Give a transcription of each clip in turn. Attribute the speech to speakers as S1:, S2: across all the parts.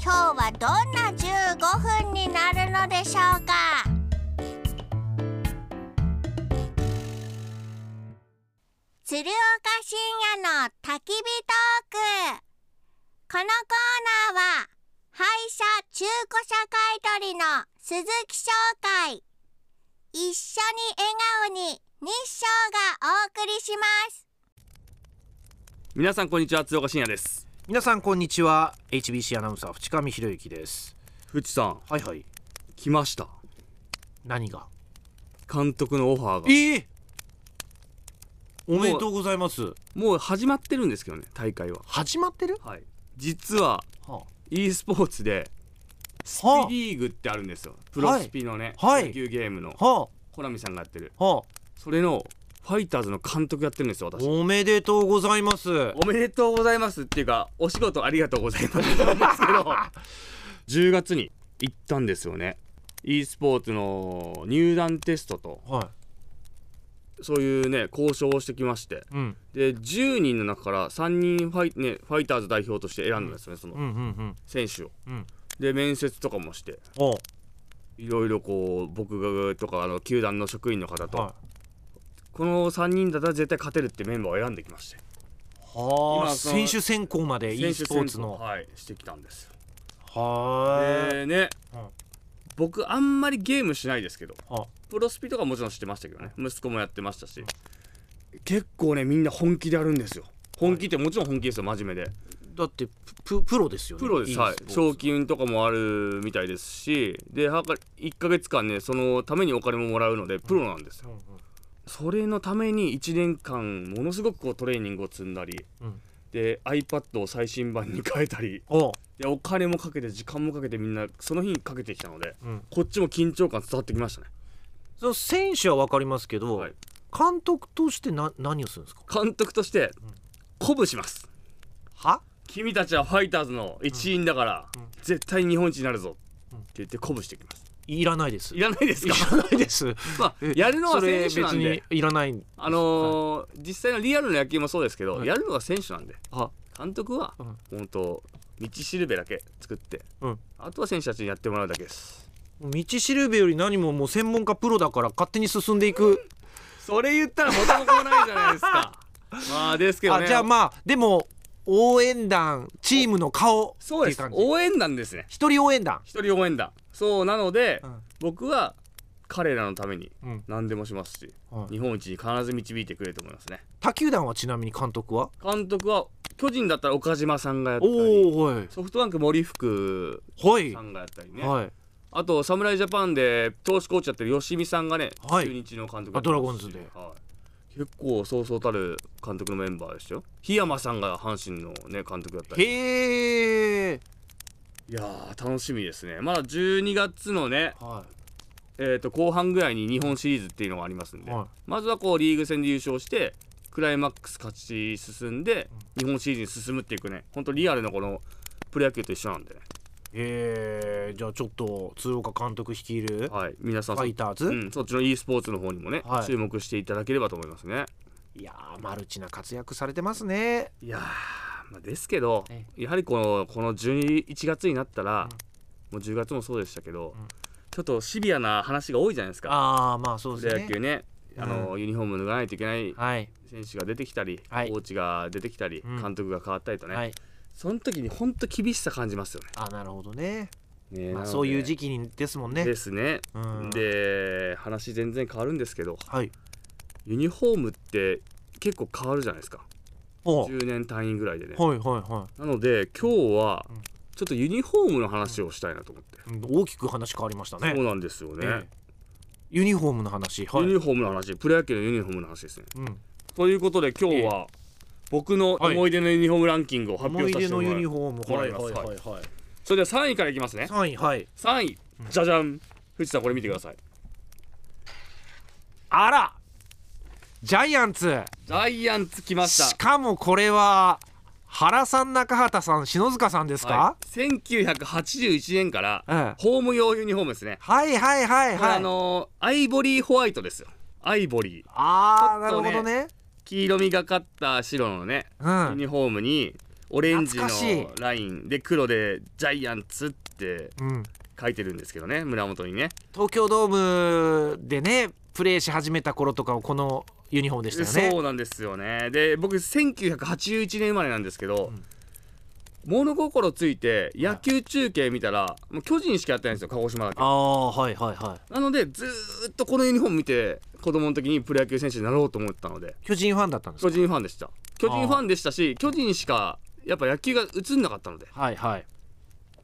S1: 今日はどんな15分になるのでしょうか鶴岡深夜の焚き火トークこのコーナーは廃車中古車買取の鈴木商会一緒に笑顔に日照がお送りします
S2: 皆さんこんにちは鶴岡深夜です
S3: 皆さんこんにちは HBC アナウンサー淵上博之です
S2: 淵さん
S3: はいはい
S2: 来ました
S3: 何が
S2: 監督のオファーが
S3: ええおめでとうございます
S2: もう始まってるんですけどね大会は
S3: 始まってる
S2: はい実は
S3: は
S2: e スポーツで
S3: ス
S2: スピリーグってあるんですよプロスピのね、
S3: はい
S2: 野球ゲームの
S3: は
S2: コナミさんがやってる
S3: あはあ
S2: それのファイターズの監督やってるんですよ私
S3: おめでとうございます
S2: おめでとうございますっていうかお仕事ありがとうございますなんですけど 10月に行ったんですよね e スポーツの入団テストと
S3: は
S2: そういうね交渉をしてきまして
S3: いうん
S2: で10人の中から3人ファイ,、ね、ファイターズ代表として選んだんですよね、その
S3: うんうん
S2: 選手を
S3: うんうん
S2: で面接とかもして
S3: お
S2: いろいろこう僕がとかあの球団の職員の方と、
S3: は
S2: この3人だったら絶対勝てるってメンバーを選んできまして
S3: いは
S2: 今
S3: あ
S2: その
S3: 選手選考まで e スポーツの
S2: はいしてきたんですよ
S3: は
S2: でね、
S3: うん
S2: 僕あんまりゲームしないですけど
S3: あは
S2: プロスピとかもちろん知ってましたけどね息子もやってましたし結構ねみんな本気でやるんですよ本気ってもちろん本気ですよ真面目で
S3: だってププロですよね
S2: プロです、はい
S3: e スポ、ーツ
S2: 賞金とかもあるみたいですしではか1ヶ月間ねそのためにお金ももらうのでプロなんですよ、
S3: うんうん
S2: それのために1年間ものすごくこうトレーニングを積んだり
S3: うん
S2: で iPad を最新版に変えたり
S3: お
S2: でお金もかけて時間もかけてみんなその日にかけてきたので
S3: うん
S2: こっちも緊張感伝わってきましたね
S3: その選手はわかりますけど、
S2: はい
S3: 監督としてな何をするんですか
S2: 監督として鼓舞します
S3: は
S2: 君たちはファイターズの一員だから、
S3: うんうん
S2: 絶対日本一になるぞ
S3: うん
S2: って言って鼓舞してきます
S3: いらないです
S2: いらないです
S3: い
S2: か
S3: らないです。
S2: まあやるのは選手なん
S3: それ
S2: で
S3: 別にいらない。
S2: あのー実際のリアルの野球もそうですけど、
S3: はい
S2: やるのは選手なんで
S3: あ、
S2: 監督は
S3: うん
S2: 本当道しるべだけ作って、
S3: うん
S2: あとは選手たちにやってもらうだけです
S3: 道しるべより何ももう専門家プロだから勝手に進んでいく。
S2: それ言ったら元も子もないじゃないです かまあですけど
S3: あ、
S2: ね
S3: じゃあまあでも応援団チームの顔って
S2: そう
S3: い
S2: で
S3: う
S2: す
S3: 感じ。
S2: 応援団ですね
S3: 一人応援団。
S2: 一人応援団そうなので、
S3: うん
S2: 僕は彼らのために
S3: うん。
S2: 何でもしますし日本一に必ず導いてくれると思いますね
S3: 他球団はちなみに監督は？
S2: 監督は巨人だったら岡島さんがやったり
S3: おおはい
S2: ソフトバンク森福
S3: はい
S2: さんがやったりね、
S3: はい。
S2: あと侍ジャパンで投手コーチやってる吉見さんがね、
S3: はい
S2: 中日の監督
S3: あドラゴンズで
S2: はい結構そうそうたる監督のメンバーでしたよ檜山さんが阪神のね監督だったり
S3: へえ。
S2: いやー楽しみですねまだ12月のね、
S3: は
S2: えー、と後半ぐらいに日本シリーズっていうのがありますん
S3: い
S2: で、
S3: は
S2: まずはこうリーグ戦で優勝してクライマックス勝ち進んで日本シリーズに進むっていくね本当リアルのこのプロ野球と一緒なんでね
S3: い。へえ。じゃあちょっと鶴岡監督率いる
S2: はい皆さん
S3: フ
S2: そ,、
S3: ァ
S2: う
S3: イターズ。
S2: ん、そっちの e スポーツの方にもね、
S3: はい
S2: 注目していただければと思いますね
S3: いやーマルチな活躍されてますね。
S2: いやー、まあ、ですけど、
S3: え
S2: やはりこのこの11月になったら、もう10月もそうでしたけど、
S3: うん
S2: ちょっとシビアな話が多いじゃないですか
S3: ああまあそう
S2: プ
S3: で
S2: ロ
S3: す
S2: 野
S3: ね
S2: 球。ねあの、ユニフォーム脱がないといけない
S3: はい
S2: 選手が出てきたり、
S3: はい
S2: コーチが出てきたり、
S3: うん
S2: 監督が変わったりとね、
S3: はい。
S2: その時に本当厳しさ感じますよね
S3: あなるほどね、
S2: ね
S3: まあ、そういう
S2: 期
S3: 時期にですもんね
S2: ですね、
S3: うん
S2: で話全然変わるんですけど
S3: はい
S2: ユニフォームって結構変わるじゃないですか
S3: おはい
S2: 10年単位ぐらいでね
S3: はいは
S2: なので今日は
S3: うん
S2: ちょっとユニフォームの話をしたいなと思って、
S3: いうん大きく話変わりましたね
S2: そうなんですよね、
S3: ええユニフォームの話はい、
S2: ユニフォームの話プロ野球のユニフォームの話ですね
S3: うん、
S2: ということで今日は僕の思い出のユニフォームランキングを発
S3: 思
S2: 表
S3: い
S2: さ
S3: 出
S2: せて
S3: の
S2: もら
S3: ユニ
S2: う
S3: フォーム
S2: はい
S3: はいはいはいはい
S2: それでは3位からいきますね
S3: 3位はい
S2: 3位じゃじゃん藤田これ見てください
S3: あらジャイアンツ
S2: ジャイアンツ来ました
S3: しかもこれは原さん中畑さん篠塚さんですか、
S2: はい、1981年から、
S3: うん
S2: ホーム用ユニフォームですね、
S3: はい、はいはいはい
S2: あのーアイボリーホワイトですよアイボリー
S3: あーな
S2: ち
S3: る
S2: ょっと
S3: ほ
S2: ね
S3: どね
S2: 黄色みがかった白のね、
S3: うん
S2: ユニフォームにオレンジの
S3: 懐かし
S2: ラインで黒でジャイアンツって
S3: うん
S2: 書いてるんですけどね胸元にね
S3: 東京ドームでねプレーし始めた頃とかはこのユニフォームでしたよ
S2: そ
S3: ね
S2: うなんですよねで僕1981年生まれなんですけど、
S3: ん
S2: 物心ついて野球中継見たらもう巨人しかやってないんですよ鹿児島だけ
S3: ああはいはいはい
S2: なのでずーっとこのユニフォーム見て子供の時にプロ野球選手になろうと思ったので
S3: 巨人ファンだったんです
S2: 巨
S3: か
S2: 人ファンでした巨人ファンでしたし巨人しかやっぱ野球が映んなかったので
S3: はいはい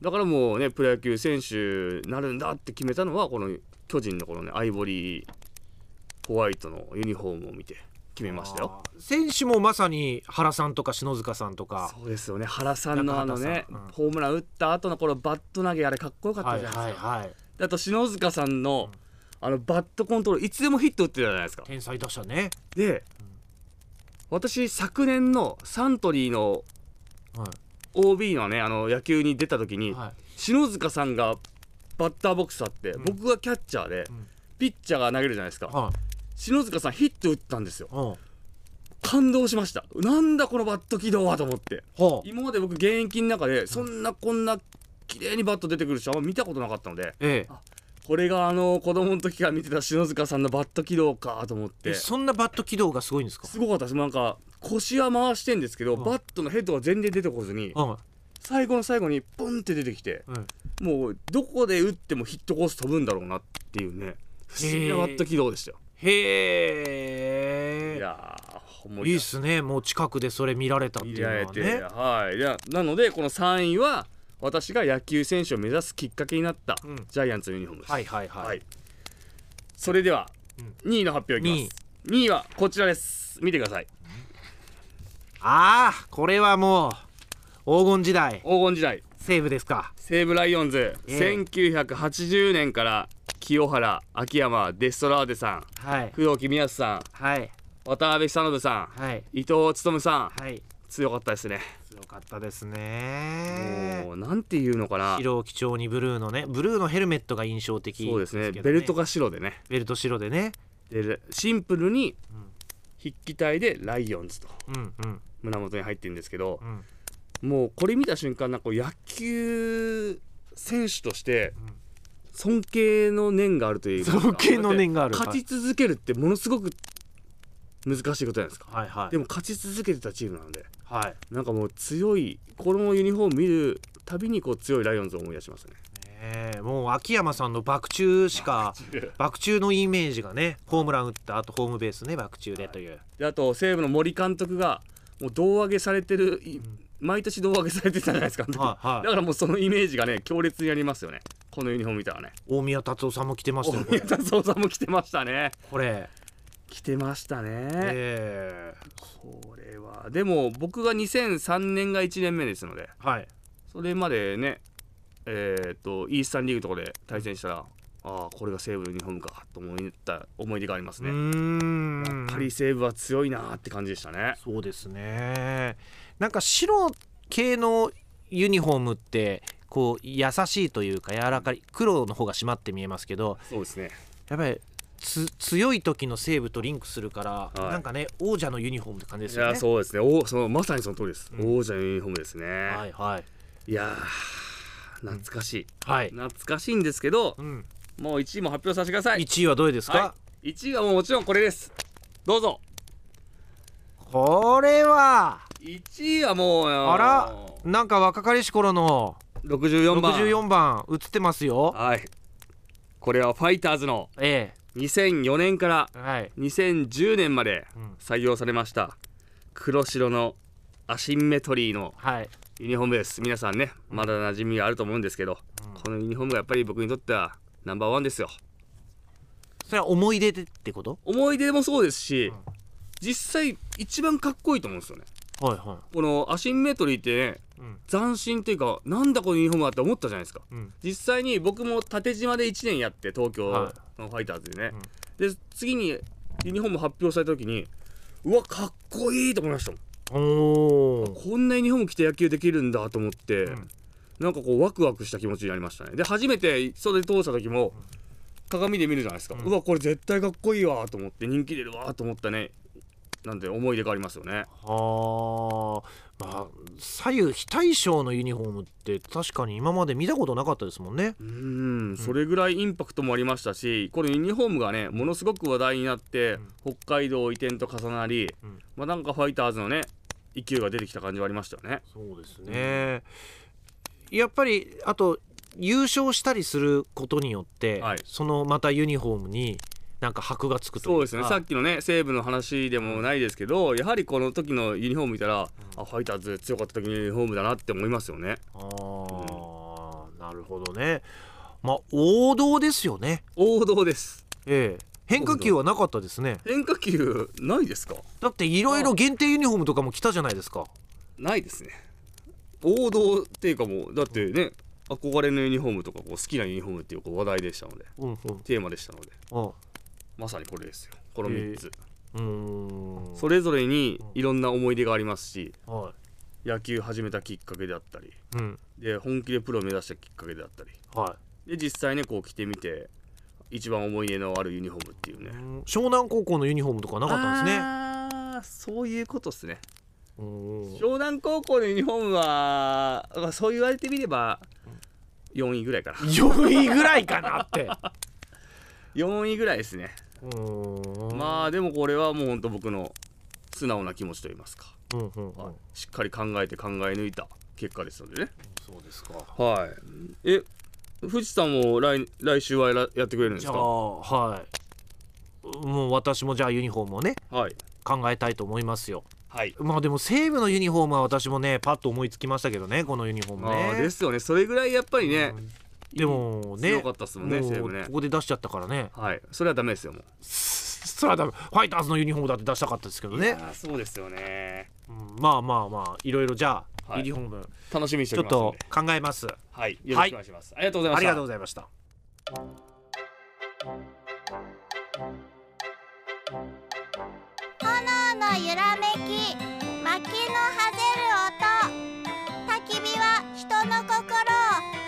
S2: だからもうねプロ野球選手になるんだって決めたのはこの巨人のこのねアイボリーホワイトのユニフォームを見て決めましたよ
S3: あー選手もまさに原さんとか篠塚さんとか
S2: そうですよね原さんのあのね、
S3: 中畑さんうん
S2: ホームラン打った後のこのバット投げあれかっこよかっ
S3: は
S2: た
S3: い
S2: じゃないですか、
S3: はいはい
S2: であと篠塚さんのあのバットコントロールいつでもヒット打ってるじゃないですか
S3: 天才打者ね、
S2: で私昨年のサントリーの
S3: は
S2: OB のねあの野球に出た時に、
S3: いはい、
S2: 篠塚さんがバッターボックスあって、
S3: ん
S2: 僕がキャッチャーで、
S3: ん
S2: ピッチャーが投げるじゃないですか
S3: はい
S2: 篠塚さんヒット打ったんですよ
S3: うん
S2: 感動しましたなんだこのバット軌道はと思って
S3: ほう
S2: 今まで僕現役の中でそんなこんな綺麗にバット出てくる人あんま見たことなかったので
S3: ええ
S2: これがあの子供の時から見てた篠塚さんのバット軌道かと思って
S3: えそんなバット軌道がすごいんですか
S2: すごかったですなんか腰は回してんですけど、
S3: ん
S2: バットのヘッドが全然出てこずに、
S3: は
S2: 最後の最後にポンって出てきて
S3: い、うん
S2: もうどこで打ってもヒットコース飛ぶんだろうなっていうね不思議なバット軌道でしたよ、
S3: へ
S2: い
S3: え
S2: やーほんま
S3: いい
S2: に
S3: っすねもう近くでそれ見られたってい
S2: 見
S3: うの
S2: られ
S3: は
S2: て、
S3: ね
S2: はいいやなのでこの3位は私が野球選手を目指すきっかけになった、
S3: うん
S2: ジャイアンツのユニフォームです
S3: はいはいはい、
S2: はいそれでは、2位の発表いきます2位はこちらです見てください
S3: ああこれはもう黄金時代
S2: 黄金時代
S3: 西武ですか
S2: 西武ライオンズ、
S3: え
S2: 1980年から清原秋山デストラーデさん
S3: はい
S2: 工藤公康さん
S3: はい
S2: 渡辺久信さん、
S3: はい
S2: 伊藤勉さん
S3: はい
S2: 強かったですね、
S3: 強かったですね
S2: もうなんていうのかな
S3: 白を基調にブルーのねブルーのヘルメットが印象的
S2: そうですね
S3: けど
S2: ベルトが白でね
S3: ベルト白でね
S2: でシンプルに筆記体でライオンズと
S3: うんうん
S2: 胸元に入ってるんですけど
S3: う、ん
S2: もうこれ見た瞬間なんかこう野球選手として
S3: ん
S2: 尊敬の念があるというか
S3: 尊敬の念がある
S2: 勝ち続けるってものすごく難しいことじゃないですか
S3: はいはい
S2: でも勝ち続けてたチームなので
S3: はい
S2: なんかもう強いこのユニフォーム見るたびにこう強いライオンズを思い出しますね
S3: ねえもう秋山さんのバク宙しかバク宙のイメージがねホームラン打った後ホームベースねバク宙でという、
S2: であと西武の森監督がもう胴上げされてるい毎年胴上げされてたじゃないですか、あの時
S3: はいはい
S2: だからもうそのイメージがね強烈にありますよねこのユニフォーム見たらね
S3: 大宮達夫さんも来て ましたよこ
S2: 大
S3: れ
S2: 宮達夫さんも来てましたね
S3: これ
S2: 来てましたね、
S3: え
S2: これはでも僕が2003年が1年目ですので
S3: えはい
S2: それまでねえっとイースタンリーグとかで対戦したらああこれが西武のユニフォームかと思いた思い出があります
S3: うー
S2: ね、
S3: ん
S2: やっぱり西武は強いなーって感じでしたね
S3: そうですねなんか白系のユニフォームってこう優しいというか柔らかい黒の方が締まって見えますけど
S2: そうですね
S3: やっぱりつ強い時の西武とリンクするから、
S2: い
S3: なんかね王者のユニフォームって感じ
S2: い
S3: ですよね
S2: やそうですねおそのまさにその通りです、王者のユニフォームですね、
S3: はいはい
S2: い、やー懐かしい、
S3: はい、
S2: 懐かしいんですけど
S3: う、ん、
S2: もう1位も発表させてください
S3: 1位はどれですか、
S2: はい、1位はもうもちろんこれですどうぞ
S3: これは
S2: 1位はもう
S3: あらなんか若かりし頃の
S2: 64番
S3: 64番映ってますよ
S2: はいこれはファイターズの
S3: え
S2: 2004年から
S3: えはい
S2: 2010年まで
S3: うん
S2: 採用されました黒白のアシンメトリーの
S3: はい
S2: ユニフォームです皆さんねまだ馴染みがあると思うんですけど、このユニフォームがやっぱり僕にとってはナンバーワンですよ
S3: それは思い出でってこと
S2: 思い出もそうですし、実際一番かっこいいと思うんですよね
S3: はいは
S2: このアシンメトリーってね
S3: うん
S2: 斬新っていうかなんだこのユニフォームはって思ったじゃないですか
S3: うん
S2: 実際に僕も縦島で1年やって東京
S3: は
S2: のファイターズでね、
S3: うん
S2: で次にユニフォーム発表された時にうわかっこいいと思いましたもん
S3: おー
S2: こんなユニフォーム着て野球できるんだと思って、
S3: うん
S2: なんかこうワクワクした気持ちになりましたねで初めて袖通した時も鏡で見るじゃないですか、
S3: う
S2: うんわこれ絶対かっこいいわと思って人気出るわと思ったねなんで思い出がありますよね
S3: はあまあ左右非対称のユニフォームって確かに今まで見たことなかったですもんね
S2: うーんそれぐらいインパクトもありましたしこのユニフォームがねものすごく話題になって、北海道移転と重なり、
S3: うん
S2: まあ、なんかファイターズのね勢いが出てきた感じはありましたよね。
S3: そうですね、やっぱりあと優勝したりすることによって、
S2: はい
S3: そのまたユニフォームになんか箔がつくとい
S2: そう
S3: う
S2: で
S3: か
S2: すねさっきのね西武の話でもないですけどやはりこの時のユニフォーム見たら、あファイターズ強かった時のユニフォームだなって思いますよね。
S3: あーなるほどねまあ王道ですよね
S2: 王道です
S3: ええ変化球はなかったですね
S2: 変化球ないですか
S3: だっていろいろ限定ユニフォームとかも来たじゃないですか
S2: ないですね王道っていうかもうだってね憧れのユニフォームとかこう好きなユニフォームっていうこう話題でしたので
S3: うんうん
S2: テーマでしたので
S3: あ
S2: まさにこれですよこの3つ、
S3: うーん
S2: それぞれにいろんな思い出がありますし
S3: は
S2: 野球始めたきっかけであったり
S3: いうん
S2: で本気でプロを目指したきっかけであったり
S3: は
S2: で実際ねこう着てみて一番思い出のあるユニフォームっていう
S3: い、
S2: ね
S3: うん湘南高校のユニフォームとかなかったんですね
S2: あーそういうことですね
S3: うん
S2: 湘南高校のユニフォームはまあそう言われてみれば4位ぐらいかな
S3: 4位ぐらいかなって
S2: 4位ぐらいですねまあでもこれはもうほんと僕の素直な気持ちといいますか、
S3: あ、うんうんうん
S2: はいしっかり考えて考え抜いた結果ですのでね
S3: そうですか。
S2: はいえ富士山も来来週はやらやってくれるんで
S3: じ
S2: す
S3: ゃ
S2: か
S3: あはい、もう私もじゃあユニフォームをね
S2: はい
S3: 考えたいと思いますよ。
S2: はい
S3: まあでも西武のユニフォームは私もねパッと思いつきましたけどねこのユニフォーム
S2: まあ
S3: ね。
S2: ですよねそれぐらいやっぱりね、
S3: でもね
S2: 強かったっすもんね
S3: う
S2: 西武ね
S3: ここで出しちゃったからね。
S2: はいそれはダメですよもう
S3: それは多分ファイターズのユニフォームだって出したかったですけどね。
S2: あそうですよね
S3: うんまあまあまあいろいろじゃあ、
S2: はい
S3: ユニフォーム
S2: 楽しみにして
S3: ち
S2: お
S3: ょっ
S2: きますの
S3: と
S2: で
S3: 考えます。
S2: はいよろしくお願いします、ありがとうございま
S3: あ
S2: し
S3: り
S2: た
S3: がとうございました。
S1: 炎の揺らめき薪のはぜる音焚き火は人の心を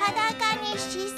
S1: 裸にしそう